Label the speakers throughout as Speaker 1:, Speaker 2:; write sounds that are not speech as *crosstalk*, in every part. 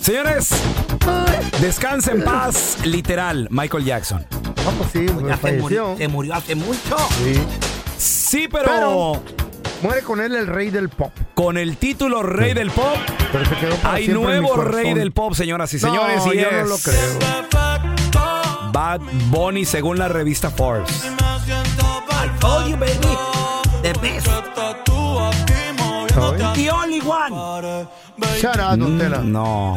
Speaker 1: Señores, descansa en paz, literal, Michael Jackson.
Speaker 2: Ah, pues sí,
Speaker 3: Ya se murió,
Speaker 2: falleció.
Speaker 3: se murió hace mucho.
Speaker 2: Sí.
Speaker 1: Sí, pero,
Speaker 2: Pero- Muere con él el rey del pop.
Speaker 1: con el título Rey del Pop,
Speaker 2: Pero se quedó para
Speaker 1: hay
Speaker 2: siempre en mi
Speaker 1: nuevo
Speaker 2: corazón.
Speaker 1: Rey del Pop, señoras y señores.
Speaker 2: No,
Speaker 1: y
Speaker 2: yo
Speaker 1: es
Speaker 2: no lo creo.
Speaker 1: Bad Bunny, según la revista Forbes.
Speaker 3: I told you, baby. The best.
Speaker 2: ¿Sabes?
Speaker 3: The only one.
Speaker 2: Shut up, Don Ah, Tela.
Speaker 1: Mm, No.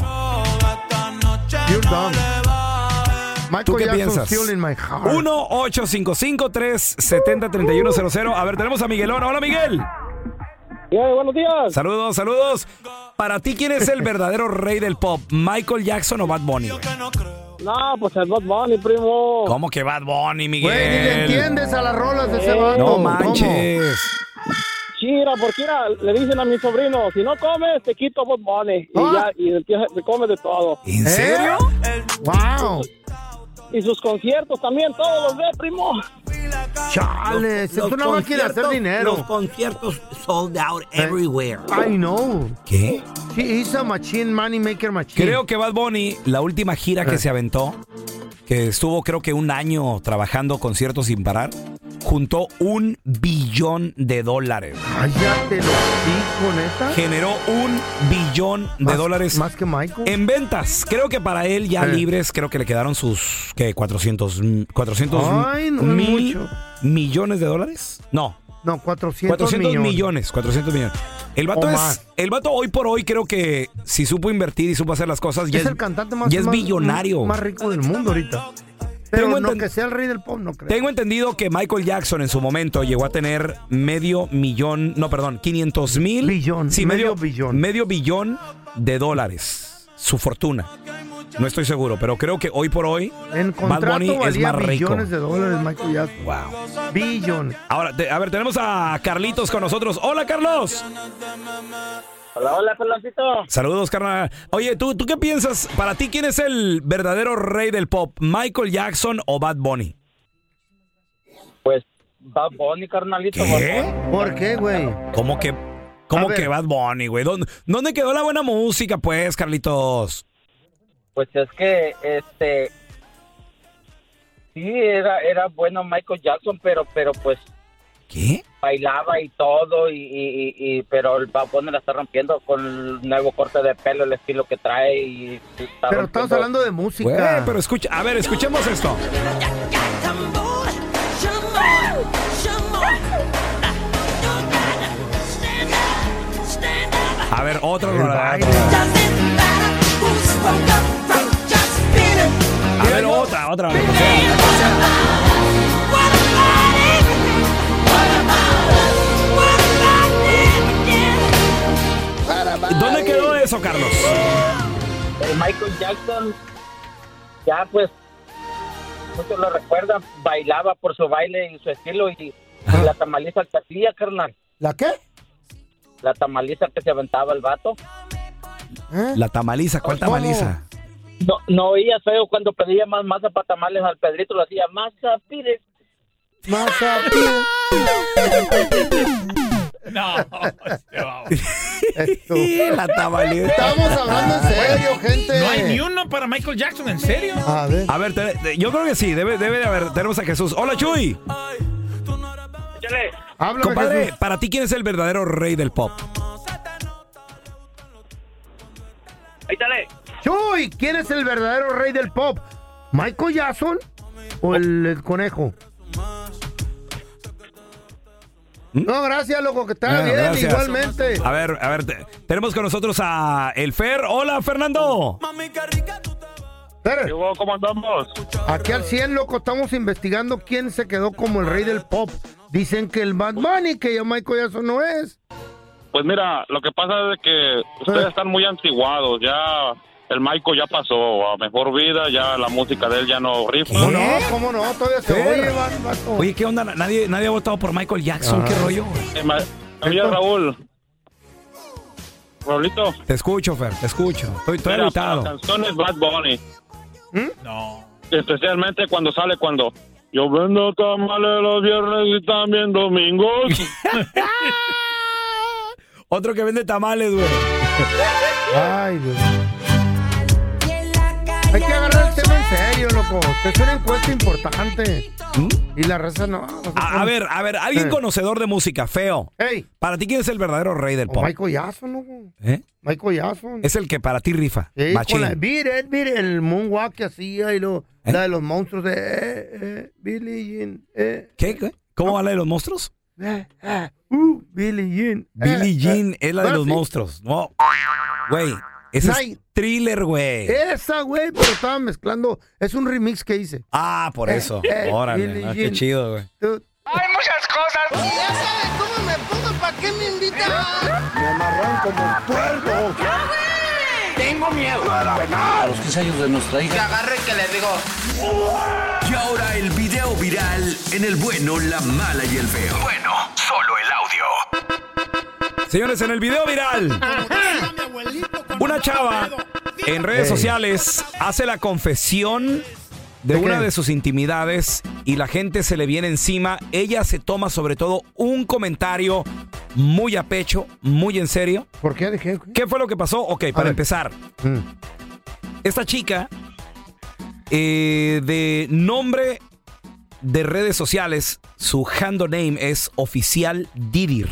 Speaker 2: You're done. Michael
Speaker 1: ¿Tú qué
Speaker 2: Jackson
Speaker 1: piensas?
Speaker 2: still in my heart.
Speaker 1: 1-855-370-3100. A ver, tenemos a Miguelón. Hola, Miguel.
Speaker 4: buenos días.
Speaker 1: Saludos, saludos. Para ti, ¿quién es el verdadero rey del pop? ¿Michael Jackson o Bad Bunny? güey?
Speaker 4: No, pues el Bad Bunny, primo.
Speaker 1: ¿Cómo que Bad Bunny, Miguel?
Speaker 2: Güey, ni le entiendes a las rolas de ese vato.
Speaker 1: No
Speaker 2: ¿Cómo?
Speaker 1: manches.
Speaker 4: Chira, porque mira, le dicen a mi sobrino, si no comes, te quito Bad Bunny. Y
Speaker 2: Ah.
Speaker 4: ya, y empieza, te comes de todo.
Speaker 1: ¿En serio?
Speaker 2: Wow.
Speaker 4: Y sus conciertos también, todos los ve, primo.
Speaker 2: Chale,
Speaker 3: Los-
Speaker 2: si
Speaker 3: los
Speaker 2: tú nada más quieres hacer
Speaker 3: conciertos- Los
Speaker 2: dinero.
Speaker 3: conciertos sold out everywhere.
Speaker 2: I know.
Speaker 1: ¿Qué?
Speaker 2: He- He's a machine, money maker machine.
Speaker 1: Creo que Bad Bunny, la última gira que
Speaker 2: Eh.
Speaker 1: se aventó, que estuvo creo que un año trabajando conciertos sin parar, juntó un billón de dólares.
Speaker 2: Cállate, lo digo, neta.
Speaker 1: Generó un billón de
Speaker 2: Más-
Speaker 1: dólares
Speaker 2: Más que Michael.
Speaker 1: En ventas, creo que para él ya
Speaker 2: Eh.
Speaker 1: libres, creo que le quedaron sus, ¿qué? 400, mm, 400
Speaker 2: Ay, no es
Speaker 1: mil
Speaker 2: mucho.
Speaker 1: millones de dólares. No,
Speaker 2: No, 400,
Speaker 1: 400 millones.
Speaker 2: millones.
Speaker 1: 400 millones. El vato
Speaker 2: O
Speaker 1: es,
Speaker 2: más.
Speaker 1: el vato hoy por hoy creo que si supo invertir y supo hacer las cosas, ya
Speaker 2: Es el cantante más,
Speaker 1: ya es
Speaker 2: más-
Speaker 1: billonario.
Speaker 2: Más rico del mundo ahorita. Pero
Speaker 1: Tengo
Speaker 2: no
Speaker 1: enten-
Speaker 2: que sea el rey del pop, no creo.
Speaker 1: Tengo entendido que Michael Jackson en su momento llegó a tener medio millón, no, perdón, 500 mil.
Speaker 2: Billón,
Speaker 1: Sí, medio,
Speaker 2: medio billón.
Speaker 1: Medio billón de dólares. Su fortuna. No estoy seguro, pero creo que hoy por hoy
Speaker 2: En contrato
Speaker 1: Bunny es
Speaker 2: valía
Speaker 1: más rico.
Speaker 2: billones de dólares Michael Jackson.
Speaker 1: Wow.
Speaker 2: Billones.
Speaker 1: Ahora, te- a ver, tenemos a Carlitos con nosotros. Hola, Carlos.
Speaker 4: Hola, hola, peloncito.
Speaker 1: Saludos, carnal. Oye, ¿tú, ¿tú qué piensas? Para ti, ¿quién es el verdadero rey del pop? ¿Michael Jackson o Bad Bunny?
Speaker 4: Pues Bad Bunny, carnalito.
Speaker 1: ¿Qué?
Speaker 2: ¿Por qué, güey?
Speaker 1: ¿Cómo que, cómo
Speaker 2: A ver.
Speaker 1: que Bad Bunny, güey? ¿Dónde, ¿Dónde quedó la buena música, pues, Carlitos?
Speaker 4: Pues es que, este, sí, era, era bueno Michael Jackson, pero, pero pues
Speaker 1: ¿Qué?
Speaker 5: Bailaba y todo, y, y- y- y- pero el babón la está rompiendo con el nuevo corte de pelo, el estilo que trae. Y está
Speaker 2: Pero
Speaker 5: rompiendo.
Speaker 2: estamos hablando de música.
Speaker 1: Güey, pero escucha, a ver, escuchemos esto. A ver, otra rolada. A ver, otra, otra. lo que sea. ¿Dónde quedó eso, Carlos?
Speaker 5: El Michael Jackson, ya pues, muchos lo recuerdan, bailaba por su baile y su estilo, y, y la tamaliza que hacía, carnal.
Speaker 2: ¿La qué?
Speaker 5: La tamaliza que se aventaba el vato.
Speaker 2: ¿Eh?
Speaker 1: La tamaliza, ¿cuál tamaliza?
Speaker 5: No, no oía feo cuando pedía más masa para tamales al Pedrito, lo hacía masa, pide. *laughs*
Speaker 2: Masa,
Speaker 1: No,
Speaker 6: este
Speaker 2: *laughs* La
Speaker 1: tamaliza.
Speaker 2: Estamos hablando en serio, gente.
Speaker 6: No hay ni uno para Michael Jackson, ¿en serio?
Speaker 2: A ver.
Speaker 1: A ver, te- te- yo creo que sí, debe, debe de haber. Tenemos a Jesús. Hola, Chuy. Compadre,
Speaker 2: Jesús.
Speaker 1: para ti, ¿quién es el verdadero rey del pop?
Speaker 2: Ahí Chuy, ¿quién es el verdadero rey del pop? ¿Michael Jackson o el, el conejo? No, gracias, loco, que está
Speaker 1: Ah,
Speaker 2: bien,
Speaker 1: gracias.
Speaker 2: igualmente.
Speaker 1: A ver, a ver, te- tenemos con nosotros a el Fer. Hola, Fernando.
Speaker 2: Fer,
Speaker 7: ¿Cómo andamos?
Speaker 2: aquí al 100, loco, estamos investigando quién se quedó como el rey del pop. Dicen que el Bad Bunny, que ya Michael Jackson no es.
Speaker 7: Pues mira, lo que pasa es que ustedes están muy antiguados, ya el Michael ya pasó a mejor vida, ya la música de él ya no rifa.
Speaker 2: No, ¿cómo no? Todavía se
Speaker 1: ¿Eh? Fer.
Speaker 2: oye, va- va-
Speaker 1: Oye, ¿qué onda? Nadie, nadie ha votado por Michael Jackson.
Speaker 2: Ah.
Speaker 1: ¿Qué rollo?
Speaker 7: Eh, ma- Oye, Raúl. Raulito.
Speaker 1: Te escucho, Fer. Te escucho. Estoy, estoy
Speaker 7: mira,
Speaker 1: agotado.
Speaker 7: las canciones Bad Bunny.
Speaker 6: No.
Speaker 7: Especialmente cuando sale cuando yo vendo tamales los viernes y también domingos. *laughs*
Speaker 1: Otro que vende tamales, güey.
Speaker 2: Ay, Dios. Hay que agarrar el tema en serio, loco. Es una encuesta importante.
Speaker 1: ¿Mm?
Speaker 2: Y la raza no.
Speaker 1: A, a ver, a ver, alguien
Speaker 2: Eh.
Speaker 1: conocedor de música, feo.
Speaker 2: Ey.
Speaker 1: Para ti, ¿quién es el verdadero rey del
Speaker 2: O
Speaker 1: pop?
Speaker 2: Michael Jackson, loco.
Speaker 1: ¿Eh?
Speaker 2: Michael Jackson.
Speaker 1: Es el que para ti rifa.
Speaker 2: Sí,
Speaker 1: Machín.
Speaker 2: con la, mire, mire, el moonwalk que hacía y lo, la de los monstruos de eh, eh, Billie Jean. Eh,
Speaker 1: ¿Qué? qué? ¿Cómo va la de los monstruos?
Speaker 2: eh, ah, uh, Billie Jean.
Speaker 1: Billie
Speaker 2: eh,
Speaker 1: Jean
Speaker 2: eh.
Speaker 1: es la de
Speaker 2: Bueno,
Speaker 1: los
Speaker 2: sí.
Speaker 1: monstruos. No. Güey, ese es
Speaker 2: Night. Eh.
Speaker 1: thriller, güey.
Speaker 2: Esa, güey, pero estaba mezclando. Es un remix que hice.
Speaker 1: Ah, por
Speaker 2: Eh,
Speaker 1: eso.
Speaker 2: eh,
Speaker 1: Órale,
Speaker 2: Billie
Speaker 1: no, qué
Speaker 2: Jean.
Speaker 1: chido, güey.
Speaker 2: Tú-
Speaker 3: Hay muchas cosas. Ya sabes cómo me pongo, ¿para qué me invitan?
Speaker 4: Me amarran como puerco.
Speaker 3: Tengo miedo.
Speaker 8: A los 15 años de nuestra
Speaker 3: Que agarre que le digo.
Speaker 8: Y ahora el video viral en el bueno, la mala y el feo. Bueno, solo el audio.
Speaker 1: Señores, en el video viral, una chava en redes
Speaker 2: Ey.
Speaker 1: sociales hace la confesión de,
Speaker 2: ¿De
Speaker 1: una
Speaker 2: qué?
Speaker 1: de sus intimidades y la gente se le viene encima. Ella se toma sobre todo un comentario muy a pecho, muy en serio.
Speaker 2: ¿Por qué dejé? güey?
Speaker 1: ¿Qué fue lo que pasó? Ok, para
Speaker 2: ver.
Speaker 1: empezar,
Speaker 2: Mm.
Speaker 1: esta chica eh, de nombre de redes sociales, su handle name es oficial Didir.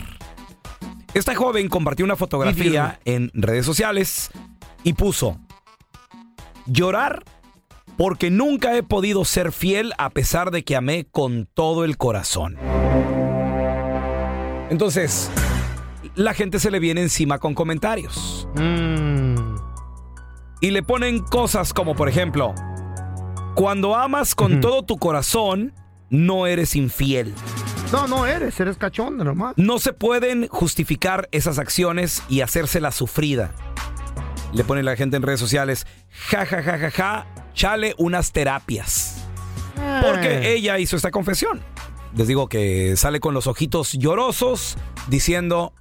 Speaker 1: Esta joven compartió una fotografía en redes sociales y puso llorar porque nunca he podido ser fiel a pesar de que amé con todo el corazón. Entonces, la gente se le viene encima con comentarios
Speaker 2: Mm.
Speaker 1: y le ponen cosas como por ejemplo, cuando amas con todo tu corazón, no eres infiel.
Speaker 2: No, no eres, eres cachonda nomás.
Speaker 1: No se pueden justificar esas acciones y hacerse la sufrida. Le pone la gente en redes sociales, ja, ja, ja, ja, ja, chale unas terapias.
Speaker 2: Eh.
Speaker 1: Porque ella hizo esta confesión. Les digo que sale con los ojitos llorosos diciendo,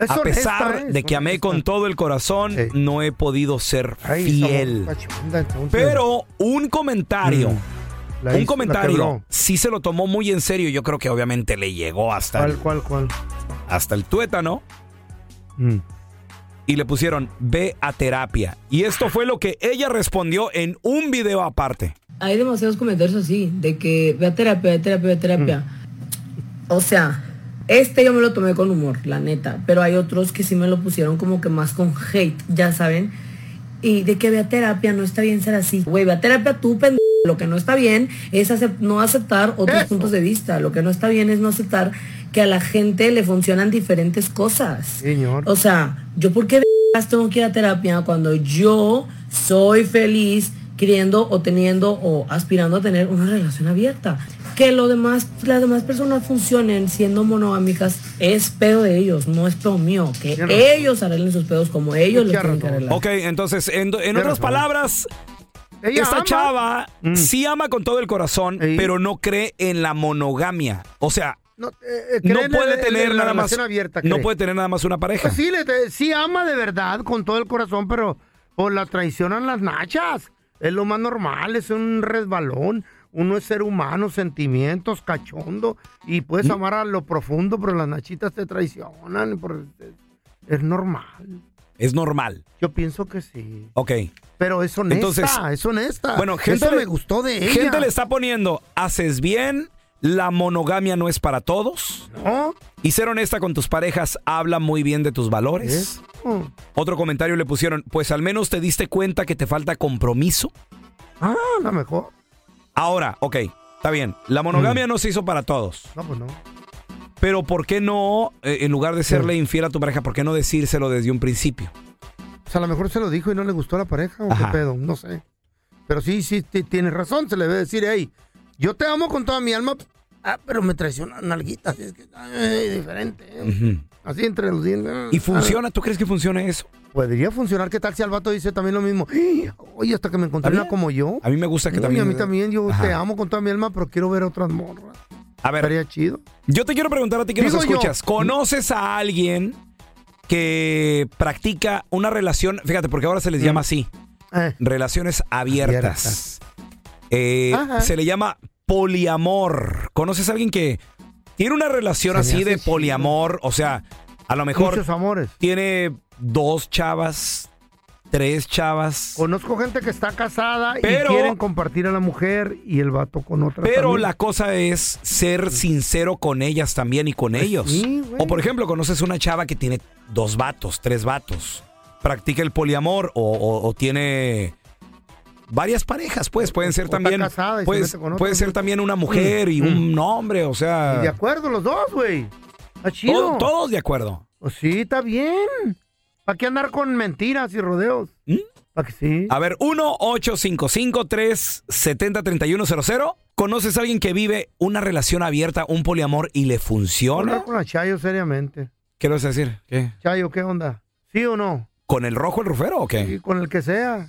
Speaker 2: Es
Speaker 1: a pesar
Speaker 2: honesta, es
Speaker 1: de que amé
Speaker 2: honesta.
Speaker 1: con todo el corazón,
Speaker 2: Sí.
Speaker 1: no he podido ser
Speaker 2: Ay, esa
Speaker 1: fiel.
Speaker 2: boca chonda, entonces.
Speaker 1: Pero un comentario,
Speaker 2: Mm. La hizo-
Speaker 1: un
Speaker 2: la
Speaker 1: comentario,
Speaker 2: quebró.
Speaker 1: sí se lo tomó muy en serio. Yo creo que obviamente le llegó hasta,
Speaker 2: ¿Cuál,
Speaker 1: el,
Speaker 2: cuál, cuál?
Speaker 1: hasta el tuétano
Speaker 2: Mm.
Speaker 1: y le pusieron ve a terapia. Y esto fue lo que ella respondió en un video aparte.
Speaker 9: Hay demasiados comentarios así, de que ve a terapia, ve a terapia, ve a terapia. O sea, Este yo me lo tomé con humor, la neta. Pero hay otros que sí me lo pusieron como que más con hate, ya saben. Y de que ve a terapia, no está bien ser así. Güey, ve a terapia tú, pendejo. Lo que no está bien es acep- no aceptar otros puntos de vista. Lo que no está bien es no aceptar que a la gente le funcionan diferentes cosas.
Speaker 2: Señor.
Speaker 9: O sea, yo por qué vergas tengo que ir a terapia cuando yo soy feliz queriendo o teniendo o aspirando a tener una relación abierta. Que lo demás, las demás personas funcionen siendo monogámicas es pedo de ellos, no es pedo mío. Que
Speaker 1: Tienes razón.
Speaker 9: ellos arreglen sus pedos como ellos los tienen que arreglar.
Speaker 1: Ok, entonces, en, do- en
Speaker 9: Tienes
Speaker 1: otras
Speaker 9: razón.
Speaker 1: palabras,
Speaker 9: Ella
Speaker 1: esta
Speaker 9: ama.
Speaker 1: chava
Speaker 2: Mm.
Speaker 1: sí ama con todo el corazón, pero no cree en la monogamia. O sea,
Speaker 2: No, eh, eh,
Speaker 1: no
Speaker 2: creen
Speaker 1: puede
Speaker 2: en- en
Speaker 1: tener
Speaker 2: la
Speaker 1: nada más.
Speaker 2: relación abierta,
Speaker 1: no
Speaker 2: cree.
Speaker 1: puede tener nada más una pareja.
Speaker 2: Pues sí, le- te- sí ama de verdad, con todo el corazón, pero pues la traicionan las nachas. Es lo más normal, es un resbalón. Uno es ser humano, sentimientos, cachondo. Y
Speaker 1: Mm.
Speaker 2: puedes amar a lo profundo, pero las nachitas te traicionan. por- es, es normal.
Speaker 1: Es normal.
Speaker 2: Yo pienso que sí.
Speaker 1: Ok.
Speaker 2: Pero es honesta,
Speaker 1: Entonces,
Speaker 2: es honesta.
Speaker 1: Bueno, gente
Speaker 2: Eso
Speaker 1: le-
Speaker 2: me gustó de ella.
Speaker 1: Gente le está poniendo, haces bien, la monogamia no es para todos. Y ser honesta con tus parejas habla muy bien de tus valores.
Speaker 2: Oh.
Speaker 1: Otro comentario le pusieron, pues al menos te diste cuenta que te falta compromiso.
Speaker 2: Ah, la mejor. Mm.
Speaker 1: Ahora, ok, está bien. La monogamia no se hizo para todos.
Speaker 2: No, pues no.
Speaker 1: Pero ¿por qué no, eh, en lugar de serle infiel a tu pareja, por qué no decírselo desde un principio?
Speaker 2: O sea, pues, a lo mejor se lo dijo y no le gustó a la pareja o
Speaker 1: Ajá.
Speaker 2: qué pedo, no sé. Pero sí, sí, ti- tienes razón, se le debe decir, hey, yo te amo con toda mi alma, ah, pero me traicionan nalguitas, es que ay, diferente.
Speaker 1: Ujú.
Speaker 2: Así entre los dientes.
Speaker 1: ¿Y funciona? ¿Tú crees que funcione eso?
Speaker 2: Podría funcionar, ¿qué tal si al vato dice también lo mismo? *gasps* Oye, hasta que me encontré una como yo.
Speaker 1: A mí me gusta que
Speaker 2: Uy,
Speaker 1: también...
Speaker 2: A mí también, yo
Speaker 1: Ajá.
Speaker 2: te amo con toda mi alma, pero quiero ver otras morras.
Speaker 1: A ver.
Speaker 2: Estaría chido.
Speaker 1: Yo te quiero preguntar a ti que nos
Speaker 2: Digo yo.
Speaker 1: escuchas. ¿Conoces a alguien que practica una relación? Fíjate, porque ahora se
Speaker 2: Mm.
Speaker 1: les llama así.
Speaker 2: Eh.
Speaker 1: Relaciones abiertas. Eh,
Speaker 2: Ajá.
Speaker 1: se le llama poliamor. ¿Conoces a alguien que tiene una relación así de poliamor? O sea, a lo mejor
Speaker 2: Muchos amores.
Speaker 1: tiene dos chavas, tres chavas.
Speaker 2: Conozco gente que está casada
Speaker 1: Pero-
Speaker 2: y quieren compartir a la mujer y el vato con otra.
Speaker 1: Pero
Speaker 2: también.
Speaker 1: la cosa es ser sincero con ellas también y con ellos.
Speaker 2: sí, güey.
Speaker 1: o por ejemplo, conoces una chava que tiene dos vatos, tres vatos. Practica el poliamor o, o- o tiene varias parejas, pues. Pueden ser
Speaker 2: está
Speaker 1: también.
Speaker 2: casada y se
Speaker 1: pues,
Speaker 2: mete con otra,
Speaker 1: puede ser
Speaker 2: güey.
Speaker 1: también una mujer y
Speaker 2: Mm.
Speaker 1: un hombre, o sea.
Speaker 2: De acuerdo, los dos, güey. Está chido.
Speaker 1: todo- todos de acuerdo.
Speaker 2: Pues sí, está bien. ¿Para qué andar con mentiras y rodeos?
Speaker 1: ¿Mm?
Speaker 2: ¿Para que sí?
Speaker 1: A ver, 1-855-370-3100. ¿Conoces a alguien que vive una relación abierta, un poliamor y le funciona?
Speaker 2: Hablar con la Chayo seriamente.
Speaker 1: ¿Qué le vas a decir? ¿Qué?
Speaker 2: Chayo, ¿qué onda? ¿Sí o no?
Speaker 1: ¿Con el rojo el rufero o qué?
Speaker 2: Con el que sea.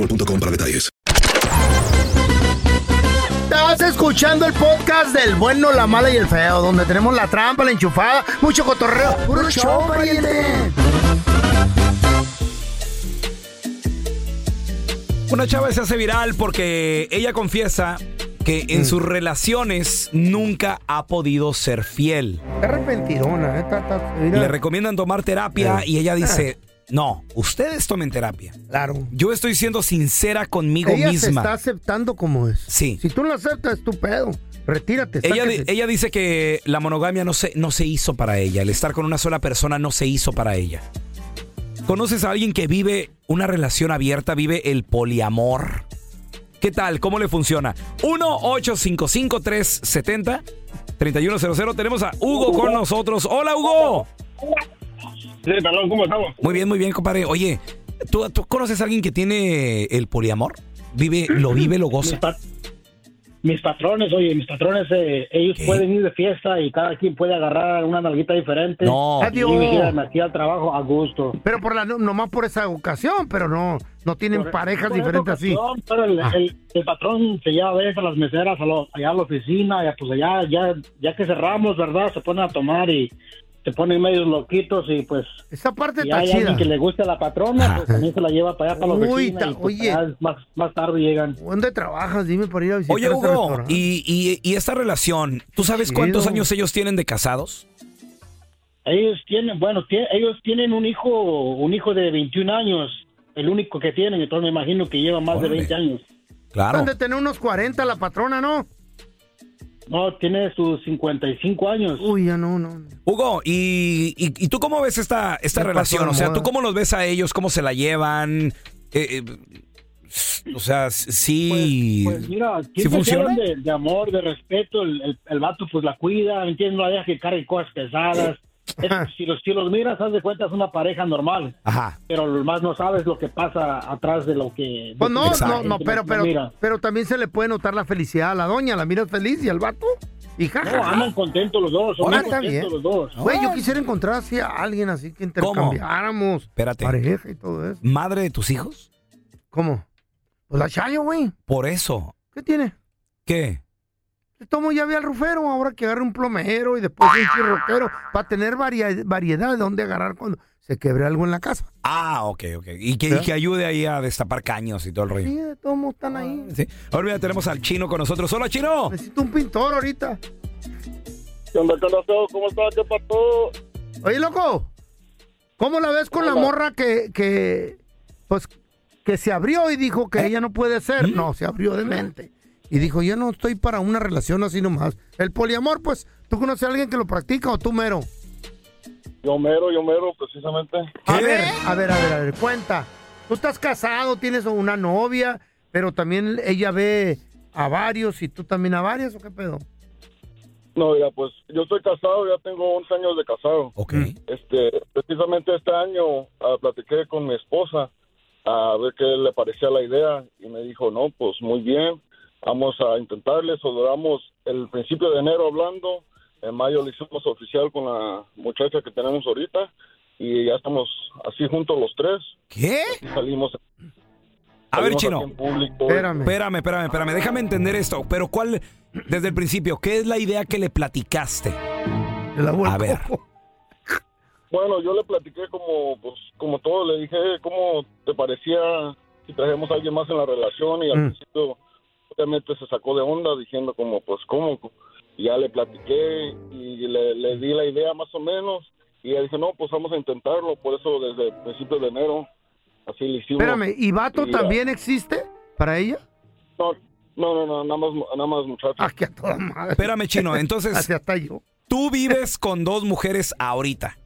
Speaker 10: para detalles.
Speaker 2: Estás escuchando el podcast del bueno, la mala y el feo, donde tenemos la trampa, la enchufada, mucho cotorreo. ¡Puro show, pariente!
Speaker 1: Una chava se hace viral porque ella confiesa que
Speaker 2: Mm.
Speaker 1: en sus relaciones nunca ha podido ser fiel.
Speaker 2: Está arrepentirona. eh, está- está- mira. Eh.
Speaker 1: Le recomiendan tomar terapia
Speaker 2: Sí.
Speaker 1: y ella dice, no, ustedes tomen terapia.
Speaker 2: Claro.
Speaker 1: Yo estoy siendo sincera conmigo
Speaker 2: ella se
Speaker 1: misma.
Speaker 2: está aceptando como es.
Speaker 1: Sí.
Speaker 2: Si tú no la aceptas, es tu pedo. Retírate.
Speaker 1: Ella, di-
Speaker 2: sáquese.
Speaker 1: ella dice que la monogamia no se, no se hizo para ella, el estar con una sola persona no se hizo para ella. ¿Conoces a alguien que vive una relación abierta, vive el poliamor? ¿Qué tal? ¿Cómo le funciona? 1-855-370-3100. Tenemos a Hugo con nosotros. ¡Hola, Hugo!
Speaker 11: Sí, perdón, ¿cómo estamos?
Speaker 1: Muy bien, muy bien, compadre. Oye, ¿tú, tú conoces a alguien que tiene el poliamor? Vive, lo vive, lo goza.
Speaker 11: Mis patrones, oye, mis patrones, eh, ellos pueden ir de fiesta y cada quien puede agarrar una nalguita diferente.
Speaker 2: No.
Speaker 11: Y
Speaker 2: Adiós.
Speaker 11: me quedan aquí al trabajo a gusto.
Speaker 2: Pero por la, no- nomás por esa ocasión, pero no, no tienen
Speaker 11: Por- e-,
Speaker 2: parejas
Speaker 11: por
Speaker 2: diferentes
Speaker 11: esa
Speaker 2: así.
Speaker 11: ocasión, Pero el,
Speaker 2: Ah.
Speaker 11: el- el patrón se lleva a veces a las meseras, a lo- allá a la oficina, ya, pues allá, ya, ya que cerramos, ¿verdad? Se ponen a tomar y se ponen medios loquitos y pues...
Speaker 2: Esa parte
Speaker 11: y
Speaker 2: está
Speaker 11: hay
Speaker 2: chida.
Speaker 11: alguien que le guste a la patrona,
Speaker 2: Ah.
Speaker 11: pues también se la lleva para allá, para la
Speaker 2: Uy,
Speaker 11: oficina.
Speaker 2: ta-
Speaker 11: y, pues,
Speaker 2: oye.
Speaker 11: allá más, más tarde llegan.
Speaker 2: ¿Dónde trabajas? Dime por ir a visitar.
Speaker 1: Oye,
Speaker 2: ese
Speaker 1: Hugo,
Speaker 2: restaurante.
Speaker 1: y, y- y esta relación, ¿tú sabes
Speaker 2: Chido.
Speaker 1: cuántos años ellos tienen de casados?
Speaker 11: Ellos tienen, bueno, tie- ellos tienen un hijo, un hijo de 21 años, el único que tienen, entonces me imagino que lleva más de 20 años.
Speaker 2: Han de tener unos 40 la patrona, ¿no?
Speaker 11: No, tiene sus 55 años.
Speaker 2: Uy, ya no, no.
Speaker 1: Hugo, ¿y, y, y tú cómo ves esta, esta
Speaker 2: Ya pasó
Speaker 1: relación?
Speaker 2: la
Speaker 1: O sea,
Speaker 2: moda.
Speaker 1: ¿tú cómo los ves a ellos? ¿Cómo se la llevan? Eh, eh, s- o sea, s- sí...
Speaker 11: Pues mira,
Speaker 1: ¿Sí
Speaker 11: ¿quién se
Speaker 1: funciona?
Speaker 11: llevan de, de amor, de respeto? El, el, el vato pues la cuida, ¿me entiendes? No la deja que cargue cosas
Speaker 1: *laughs*
Speaker 11: pesadas. Es- si, los, si los miras, haz de cuenta, es una pareja normal.
Speaker 1: Ajá.
Speaker 11: Pero lo más no sabes lo que pasa atrás de lo que...
Speaker 2: Pues no, no,
Speaker 11: Exacto.
Speaker 2: no, pero, pero,
Speaker 11: Mira.
Speaker 2: pero también se le puede notar la felicidad a la doña. La miras feliz y al vato. Y ja, ja,
Speaker 11: No,
Speaker 2: ja.
Speaker 11: andan contentos los dos, son
Speaker 2: Ahora
Speaker 11: muy
Speaker 2: está bien.
Speaker 11: contentos los dos.
Speaker 2: Güey, yo quisiera encontrar así a alguien así que
Speaker 1: ¿Cómo?
Speaker 2: intercambiáramos
Speaker 1: Espérate.
Speaker 2: pareja y todo eso.
Speaker 1: ¿Madre de tus hijos?
Speaker 2: ¿Cómo? Pues la Chayo, güey.
Speaker 1: Por eso.
Speaker 2: ¿Qué tiene?
Speaker 1: ¿Qué?
Speaker 2: Le tomo llave al rufero, ahora que agarre un plomero y después un chirroquero para tener varia- variedad de dónde agarrar cuando se quebre algo en la casa.
Speaker 1: Ah, ok, ok. Y que, y que ayude ahí a destapar caños y todo el rollo.
Speaker 2: Sí, de todos modos están ahí.
Speaker 1: Sí. Ahora mira, tenemos al chino con nosotros. ¡Hola, chino!
Speaker 2: Necesito un pintor ahorita.
Speaker 12: ¿Qué onda, qué onda, feo? ¿Cómo estás? ¿Qué pasó?
Speaker 2: Oye, loco, ¿cómo la ves con la morra que, que, pues, que se abrió y dijo
Speaker 12: ¿Eh?
Speaker 2: que ella no puede ser?
Speaker 12: ¿Mm?
Speaker 2: No, se abrió de mente. Y dijo, yo no estoy para una relación así nomás. El poliamor, pues, ¿tú conoces a alguien que lo practica o tú mero?
Speaker 12: Yo mero, yo mero, precisamente.
Speaker 2: A ver, a ver, a ver, a ver, cuenta. Tú estás casado, tienes una novia, pero también ella ve a varios y tú también a varias, ¿o qué pedo?
Speaker 12: No, ya, pues yo estoy casado, ya tengo 11 años de casado.
Speaker 1: Ok.
Speaker 12: Este, precisamente este año ah, platiqué con mi esposa a ver qué le parecía la idea y me dijo, no, pues muy bien, vamos a intentarle. Eso duramos el principio de enero hablando, en mayo lo hicimos oficial con la muchacha que tenemos ahorita y ya estamos así juntos los tres.
Speaker 1: ¿Qué?
Speaker 12: Salimos.
Speaker 1: A ver,
Speaker 12: salimos
Speaker 1: Chino.
Speaker 12: aquí en público.
Speaker 1: Espérame, espérame, espérame. Déjame entender esto. Pero ¿cuál, desde el principio, qué es la idea que le platicaste? a ver.
Speaker 12: Bueno, yo le platiqué como, pues, como todo, le dije "Eh, cómo te parecía si trajimos a alguien más en la relación y al
Speaker 13: Mm.
Speaker 12: principio obviamente se sacó de onda diciendo como, pues, ¿cómo? Y ya le platiqué y le, le di la idea más o menos y él dijo, no, pues vamos a intentarlo, por eso desde el principio de enero así le hicimos.
Speaker 2: Espérame, ¿y vato
Speaker 12: Y, ah,
Speaker 2: también existe para ella?
Speaker 12: No, no, no, no, nada más, nada más muchachos.
Speaker 2: Ah,
Speaker 1: Espérame,
Speaker 2: *laughs*
Speaker 1: Chino.
Speaker 12: *laughs*
Speaker 1: Entonces,
Speaker 2: Así hasta yo.
Speaker 1: tú vives con dos mujeres ahorita.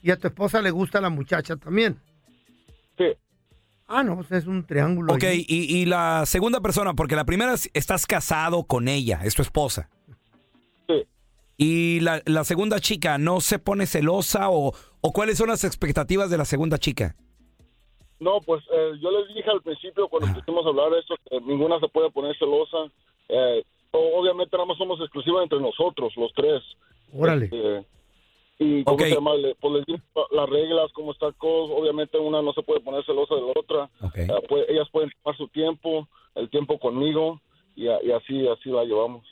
Speaker 2: Y a tu esposa le gusta la muchacha también.
Speaker 12: Sí.
Speaker 2: Ah, no, pues es un triángulo.
Speaker 1: Ok,
Speaker 2: ahí.
Speaker 1: y, y la segunda persona, porque la primera es- estás casado con ella, es tu esposa. Y la, la segunda chica, ¿no se pone celosa o, o cuáles son las expectativas de la segunda chica?
Speaker 12: No, pues eh, yo les dije al principio cuando quisimos hablar de esto que ninguna se puede poner celosa. Eh, o- obviamente nada más somos exclusivas entre nosotros, los tres.
Speaker 2: Órale.
Speaker 12: Eh, y cómo
Speaker 1: Ok.
Speaker 12: se llama, Le- pues les dije las reglas, cómo está cosa. Obviamente una no se puede poner celosa de la otra. Eh, pues, ellas pueden tomar su tiempo, el tiempo conmigo y, a- y así así la llevamos.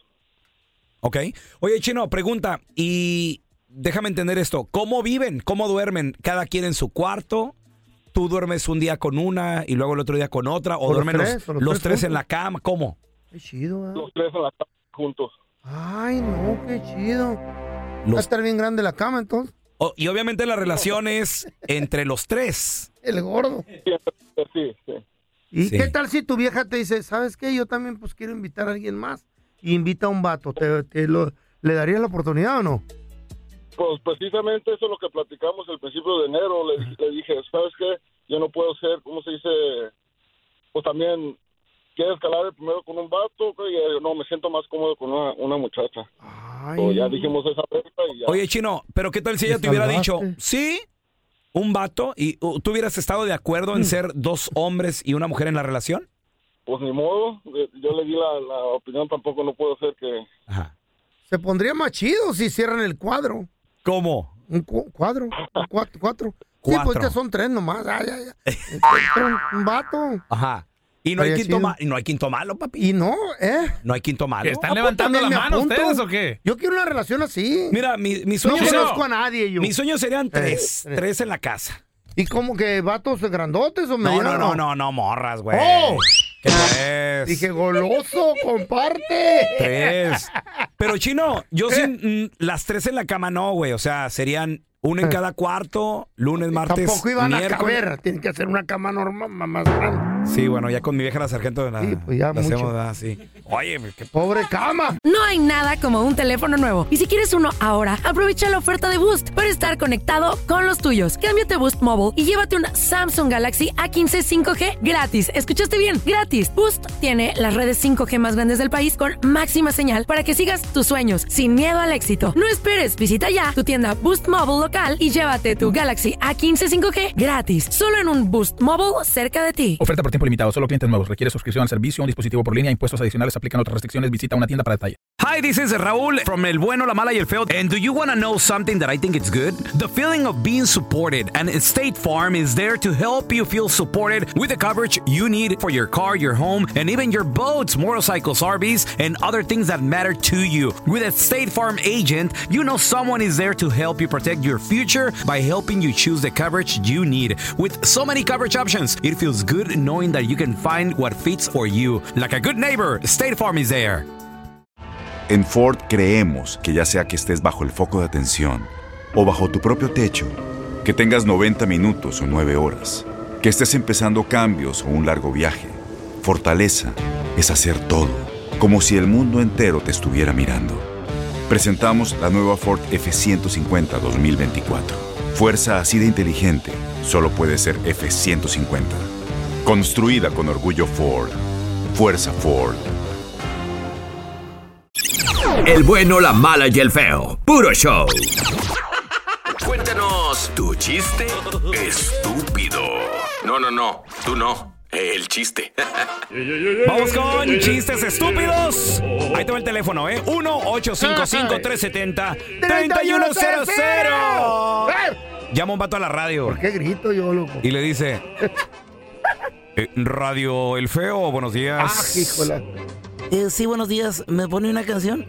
Speaker 1: Ok. Oye, Chino, pregunta, y déjame entender esto, ¿cómo viven? ¿Cómo duermen? ¿Cada quien en su cuarto? tú duermes un día con una y luego el otro día con otra, o
Speaker 12: los
Speaker 1: duermen los,
Speaker 12: tres, o
Speaker 1: los
Speaker 12: los
Speaker 1: tres,
Speaker 12: tres
Speaker 1: en la cama, ¿cómo?
Speaker 2: Qué chido, ¿eh?
Speaker 12: Los tres en la cama juntos.
Speaker 2: Ay, no, qué chido. Va a
Speaker 1: Los-
Speaker 2: estar bien grande la cama, entonces.
Speaker 1: O- Oh, y obviamente la relación es entre los tres.
Speaker 2: El gordo.
Speaker 12: Sí, sí.
Speaker 2: ¿Y
Speaker 1: Sí.
Speaker 2: qué tal si tu vieja te dice, ¿sabes qué? Yo también pues quiero invitar a alguien más. Y invita a un vato. ¿Te, te lo- ¿Le darías la oportunidad o no?
Speaker 12: Pues precisamente eso es lo que platicamos el principio de enero. Le, le dije, ¿sabes qué? Yo no puedo ser, ¿cómo se dice? Pues también, ¿quieres calar el primero con un vato? Y yo, no, me siento más cómodo con una, una muchacha. O ya dijimos esa regla y ya.
Speaker 1: Oye, Chino, pero ¿qué tal si ella
Speaker 12: Te
Speaker 1: te hubiera
Speaker 12: salvaste.
Speaker 1: dicho, sí, un vato, y uh, tú hubieras estado de acuerdo
Speaker 2: Mm.
Speaker 1: en ser dos hombres y una mujer en la relación?
Speaker 12: Pues ni modo, eh, yo le di la, la opinión, tampoco no puedo ser que...
Speaker 2: Se pondría más chido si cierran el cuadro.
Speaker 1: ¿Cómo?
Speaker 2: Un cu- cuadro. un cua- cuatro. Sí,
Speaker 1: Cuatro.
Speaker 2: pues ya son tres nomás. Ay, ay,
Speaker 1: *laughs*
Speaker 2: ay. un vato.
Speaker 1: Ajá. Y no, hay
Speaker 2: Estaría
Speaker 1: quinto
Speaker 2: chido.
Speaker 1: ma- y no hay quinto malo, papi.
Speaker 2: Y no, ¿eh?
Speaker 1: No hay quinto malo.
Speaker 2: ¿Están Ah, pues levantando también la me mano apunto. ustedes o
Speaker 1: qué?
Speaker 2: Yo quiero una relación así.
Speaker 1: Mira, mi, mi sueño
Speaker 2: No
Speaker 1: es-
Speaker 2: conozco a nadie yo.
Speaker 1: Mi sueño serían
Speaker 2: Eh,
Speaker 1: tres. tres en la casa.
Speaker 2: ¿Y como que vatos grandotes o
Speaker 1: No,
Speaker 2: medianos?
Speaker 1: no, no, no, no, morras, güey.
Speaker 2: ¡Oh!
Speaker 1: ¿Qué es?
Speaker 2: Dije, goloso, comparte.
Speaker 1: Tres. Pero chino, yo
Speaker 2: Eh.
Speaker 1: sin mm, las tres en la cama no, güey. O sea, serían una en cada cuarto, lunes, martes,
Speaker 2: Tampoco iban
Speaker 1: miércoles.
Speaker 2: a caber. Tienen que hacer una cama normal ma- más grande.
Speaker 1: Sí, bueno, ya con mi vieja la sargento la, sí, pues
Speaker 2: ya mucho.
Speaker 1: hacemos así. Oye, qué
Speaker 2: pobre cama.
Speaker 13: No hay nada como un teléfono nuevo. Y si quieres uno ahora, aprovecha la oferta de Boost para estar conectado con los tuyos. Cámbiate a Boost Mobile y llévate un Samsung Galaxy A15 5G gratis. ¿Escuchaste bien? Gratis. Boost tiene las redes 5G más grandes del país con máxima señal para que sigas tus sueños sin miedo al éxito. No esperes, visita ya tu tienda Boost Mobile local y llévate tu Galaxy A15 5G gratis. Solo en un Boost Mobile cerca de ti.
Speaker 14: Oferta por tiempo limitado, solo clientes nuevos. Requiere suscripción al servicio, un dispositivo por línea, impuestos adicionales, aplican otras restricciones. Visita una tienda para detalle.
Speaker 8: Hi, this is Raúl from El Bueno, La Mala y El Feo. And do you want to know something that I think it's good? The feeling of being supported. And State Farm is there to help you feel supported with the coverage you need for your car, your home, and even your boats, motorcycles, RVs, and other things that matter to you. With a State Farm agent, you know someone is there to help you protect your future by helping you choose the coverage you need. With so many coverage options, it feels good knowing that you can find what fits for you. Like a good neighbor, State Farm is there.
Speaker 15: En Ford creemos que ya sea que estés bajo el foco de atención o bajo tu propio techo, que tengas 90 minutos o 9 horas, que estés empezando cambios o un largo viaje, fortaleza es hacer todo, como si el mundo entero te estuviera mirando. Presentamos la nueva Ford F150 2024. Fuerza así de inteligente solo puede ser F150. Construida con orgullo Ford. Fuerza Ford.
Speaker 8: El bueno, la mala y el feo. Puro show.
Speaker 16: Cuéntanos tu chiste estúpido. No, no, no, tú no. El chiste.
Speaker 1: Vamos con chistes estúpidos. Ahí te va el teléfono, ¿eh? 1-855-370-3100. Llama un vato a la radio
Speaker 2: ¿Qué grito yo, loco?
Speaker 1: y le dice... *laughs* eh, radio El Feo, buenos
Speaker 2: Ah,
Speaker 1: días.
Speaker 17: Eh, sí, buenos días. ¿Me pone una canción?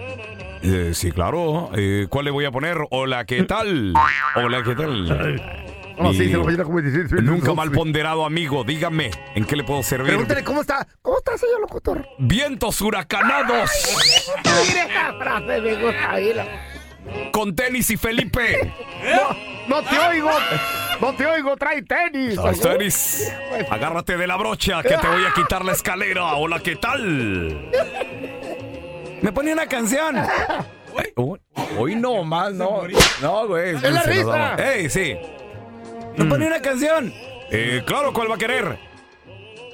Speaker 1: Eh, sí, claro. Eh, ¿Cuál le voy a poner? Hola, ¿qué tal? Hola, ¿qué tal?
Speaker 2: *laughs* No, sí,
Speaker 1: Mi
Speaker 2: se lo voy a ir a comer. Sí, sí, sí,
Speaker 1: Nunca
Speaker 2: sí.
Speaker 1: mal ponderado amigo, dígame, ¿en qué le puedo servir?
Speaker 2: Pregúntale, ¿cómo está? ¿Cómo está, señor locutor?
Speaker 1: Vientos huracanados
Speaker 2: Mire esa frase, me gusta oírla.
Speaker 1: con tenis y
Speaker 2: *laughs*
Speaker 1: Felipe.
Speaker 2: No, no te oigo. No te oigo, trae tenis.
Speaker 1: Los tenis. Agárrate de la brocha que te voy a quitar la escalera. Hola, ¿qué tal? Me pone una canción. Güey, Hoy, hoy no más, no. No, güey.
Speaker 17: Es la
Speaker 1: se nos
Speaker 17: risa.
Speaker 1: va. ¡Ey, sí! Me pone una canción. Eh, claro, ¿cuál va a querer?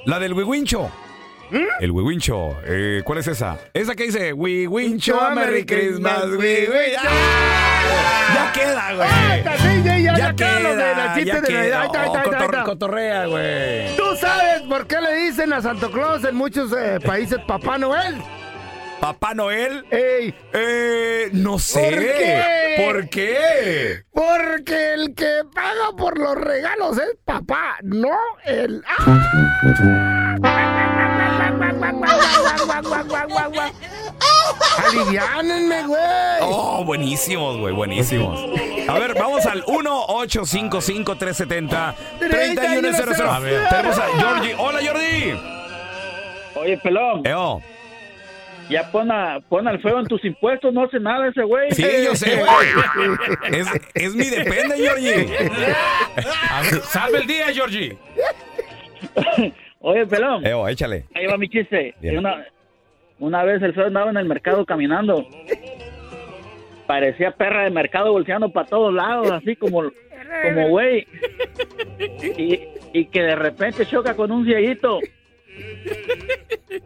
Speaker 1: La del Wiwincho. El Wiwincho. Eh, ¿Cuál es esa? Esa que dice Wiwincho, a Merry Christmas, Wiwincho. Ya queda, güey.
Speaker 2: ya,
Speaker 1: Ya
Speaker 2: queda lo de
Speaker 1: queda,
Speaker 2: la chiste
Speaker 1: ya
Speaker 2: de
Speaker 1: queda.
Speaker 2: Navidad. Ahí está, ahí está, ahí está, ahí
Speaker 1: Cotor-
Speaker 2: está.
Speaker 1: Cotorrea, güey.
Speaker 2: ¿Tú sabes por qué le dicen a Santo Claus en muchos eh, países Papá Noel?
Speaker 1: ¿Papá Noel?
Speaker 2: ¡Ey!
Speaker 1: Eh, no sé.
Speaker 2: ¿Por qué?
Speaker 1: ¿Por qué?
Speaker 2: Porque el que paga por los regalos es papá, no el...
Speaker 1: Oh.
Speaker 2: ¡Ah! ¡Aliviánenme, güey!
Speaker 1: Oh, buenísimos, güey, buenísimos. A ver, vamos al 1-855-370-3100. A ver, tenemos a Georgie. ¡Hola, Jordi!
Speaker 18: Oye, pelón. Ya pon, a- pon al fuego en tus impuestos, no hace nada ese güey.
Speaker 1: Sí, yo sé, güey. Es, es mi depende, Georgie.
Speaker 6: A ver, salve el día, Georgie.
Speaker 18: Oye, pelón.
Speaker 1: Eo, échale.
Speaker 18: Ahí va mi chiste.
Speaker 1: Bien.
Speaker 18: Una, una vez el feo andaba en el mercado caminando. Parecía perra de mercado volteando para todos lados, así como, como güey. Y, y que de repente choca con un cieguito.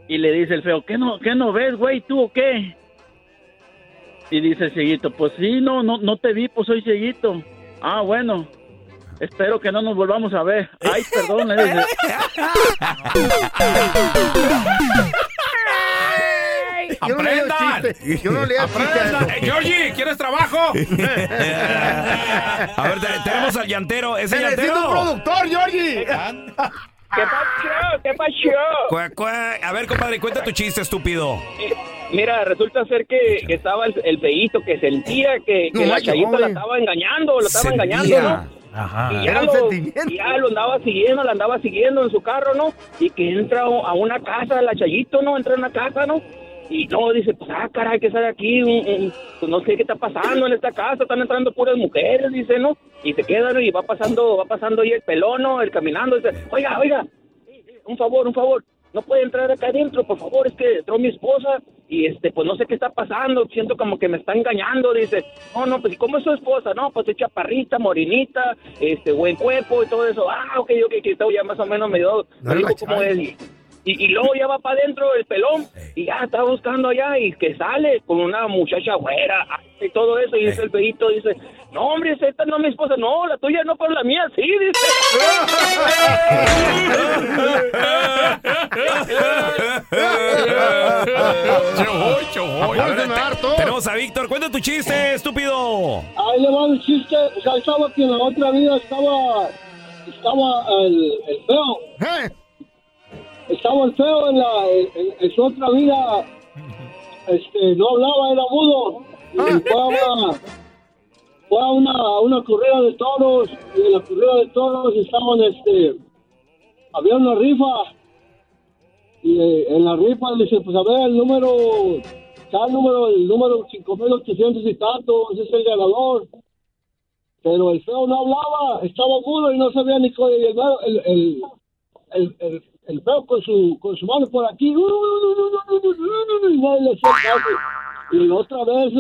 Speaker 18: Y le dice el feo, ¿qué no, qué no ves, güey, tú o qué? Y dice el cieguito, pues sí, no, no, no te vi, pues soy cieguito. Ah, bueno. Espero que no nos volvamos a ver. Ay, perdón,
Speaker 2: *laughs*
Speaker 18: le dice.
Speaker 2: Yo no leo
Speaker 6: Aprendan.
Speaker 2: chistes. Yo no leo
Speaker 6: Aprendan. Eh,
Speaker 2: chistes.
Speaker 6: Georgie, ¿quieres
Speaker 2: *laughs*
Speaker 6: trabajo?
Speaker 1: A ver, te- tenemos al llantero. ¿Ese llantero?
Speaker 2: productor, Georgie!
Speaker 19: ¿Qué pasó? ¿Qué pasó?
Speaker 1: Cuac, cuac. A ver, compadre, cuenta tu chiste, estúpido.
Speaker 19: Mira, resulta ser que, que estaba el, el feíto que sentía que, que
Speaker 1: No,
Speaker 19: la
Speaker 1: vaya,
Speaker 19: chayita la
Speaker 1: hombre.
Speaker 19: estaba engañando, lo estaba
Speaker 1: Sentía. Ah,
Speaker 19: engañando, ¿no?
Speaker 1: Ajá.
Speaker 19: Y ya, lo, y ya lo andaba siguiendo, la andaba siguiendo en su carro, ¿no? Y que entra a una casa, la Chayito, ¿no? Entra a una casa, ¿no? Y no, dice, pues, ah, caray, que sale aquí? Un- un- pues, no sé qué está pasando en esta casa, están entrando puras mujeres, dice, ¿no? Y se quedan ¿no? y va pasando, va pasando ahí el pelón, ¿no? El caminando, dice, oiga, oiga, eh, eh, un favor, un favor. No puede entrar acá adentro, por favor, es que entró mi esposa y este, pues no sé qué está pasando, siento como que me está engañando, dice, no, no, pues ¿y ¿cómo es su esposa? No, pues es chaparrita, morinita, este, buen cuerpo y todo eso, ah, ok, ok, que ya más o menos me dio, me dijo cómo es, y, y- y luego ya va para adentro el pelón y ya está buscando allá y que sale con una muchacha güera y todo eso, y dice el pedito, dice, no, hombre, esta no es mi esposa, no, la tuya no, pero la mía sí, dice.
Speaker 1: A ver, te- tenemos a Víctor. Cuenta tu
Speaker 2: Eh.
Speaker 1: chiste, estúpido.
Speaker 20: Ahí le va un chiste. O sea, estaba que en la otra vida estaba. Estaba el, el feo. Estaba el feo en, la, en, en su otra vida. Este, no hablaba, era mudo. Y fue a una, fue a una, a una corrida de toros. Y en la corrida de toros estaban. Este, había una rifa. Y eh, en la rifa le dice: Pues a ver, el número Está el número, el número 5800 y tanto, ese es el ganador. Pero el feo no hablaba, estaba mudo y no sabía ni cómo. y el, el, el, el, el- el feo con su, con su mano por aquí. Uh, Y nadie le hacía caso. Y otra vez,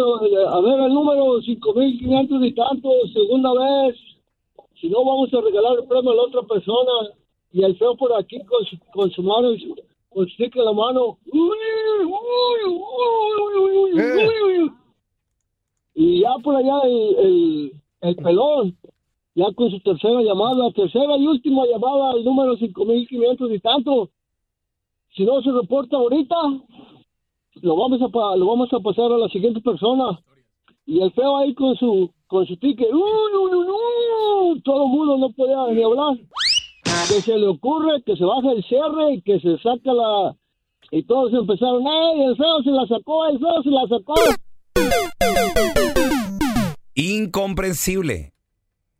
Speaker 20: a ver, el número 5500 y tanto, segunda vez. Si no, vamos a regalar el premio a la otra persona. Y el feo por aquí con su, con su mano, y su- con su stick en la mano. Uh, Y ya por allá el, el, el pelón, ya con su tercera llamada, tercera y última llamada al número 5500 y tanto. Si no se reporta ahorita, lo vamos a, pa- lo vamos a pasar a la siguiente persona. Y el feo ahí con su con su ticket, ¡uy, uy, uy, uy! todo el mundo no podía ni hablar. Que se le ocurre que se baja el cierre y que se saca la... Y todos empezaron, ¡ay, el feo se la sacó, el feo se la sacó!
Speaker 1: Incomprensible.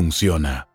Speaker 5: funciona.